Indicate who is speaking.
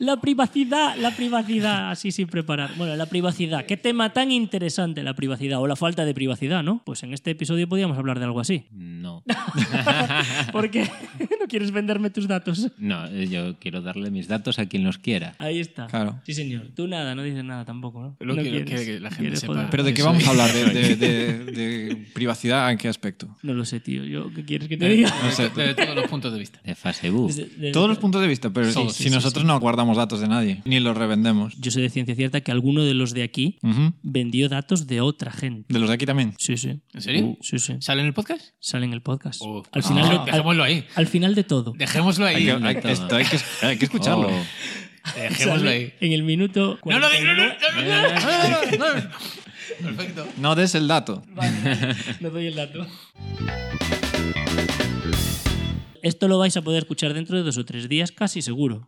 Speaker 1: La privacidad, la privacidad, así sin preparar. Bueno, la privacidad. Qué tema tan interesante la privacidad o la falta de privacidad, ¿no? Pues en este episodio podíamos hablar de algo así.
Speaker 2: No.
Speaker 1: Porque no quieres venderme tus datos.
Speaker 2: No, eh, yo quiero darle mis datos a quien los quiera.
Speaker 1: Ahí está.
Speaker 3: Claro.
Speaker 1: Sí, señor. Tú nada, no dices nada tampoco, ¿no?
Speaker 4: Lo
Speaker 1: No
Speaker 4: quiero
Speaker 1: quieres.
Speaker 4: que la gente
Speaker 1: Quieres
Speaker 4: sepa.
Speaker 1: joder.
Speaker 3: Pero ¿de qué
Speaker 4: Eso
Speaker 3: vamos
Speaker 4: es.
Speaker 3: a hablar? ¿De, de- de- de privacidad en qué aspecto?
Speaker 1: No lo sé, tío. Yo, ¿Qué quieres que te diga?
Speaker 3: No sé.
Speaker 4: Desde todos los puntos de vista.
Speaker 2: De Facebook.
Speaker 1: Desde- desde-
Speaker 3: Eh, Todos los puntos de vista, pero
Speaker 4: Todos,
Speaker 3: si
Speaker 4: sí, sí,
Speaker 3: nosotros no guardamos datos de nadie, ni los revendemos.
Speaker 1: Yo sé de ciencia cierta que alguno de los de aquí
Speaker 3: Ujú.
Speaker 1: vendió datos de otra gente.
Speaker 3: ¿De los de aquí también?
Speaker 1: Sí, sí.
Speaker 4: ¿En serio?
Speaker 1: Uh, sí, sí.
Speaker 4: ¿Sale en el podcast?
Speaker 1: Sale en el podcast.
Speaker 4: Oh.
Speaker 1: al, final
Speaker 4: Ah,
Speaker 1: de, al-
Speaker 4: dejémoslo ahí.
Speaker 1: al final de todo.
Speaker 4: Dejémoslo ahí.
Speaker 3: Hay que,
Speaker 2: no
Speaker 3: hay-
Speaker 2: todo.
Speaker 3: esto hay que, hay que escucharlo.
Speaker 2: Oh.
Speaker 4: Dejémoslo
Speaker 1: Sale
Speaker 4: ahí.
Speaker 1: En el minuto.
Speaker 4: No, no, no, no, no,
Speaker 1: 49.
Speaker 4: no, no, no, no, Ah, no. Perfecto.
Speaker 3: No des el dato.
Speaker 1: Vale, no doy el dato. Esto lo vais a poder escuchar dentro de dos o tres días, casi seguro.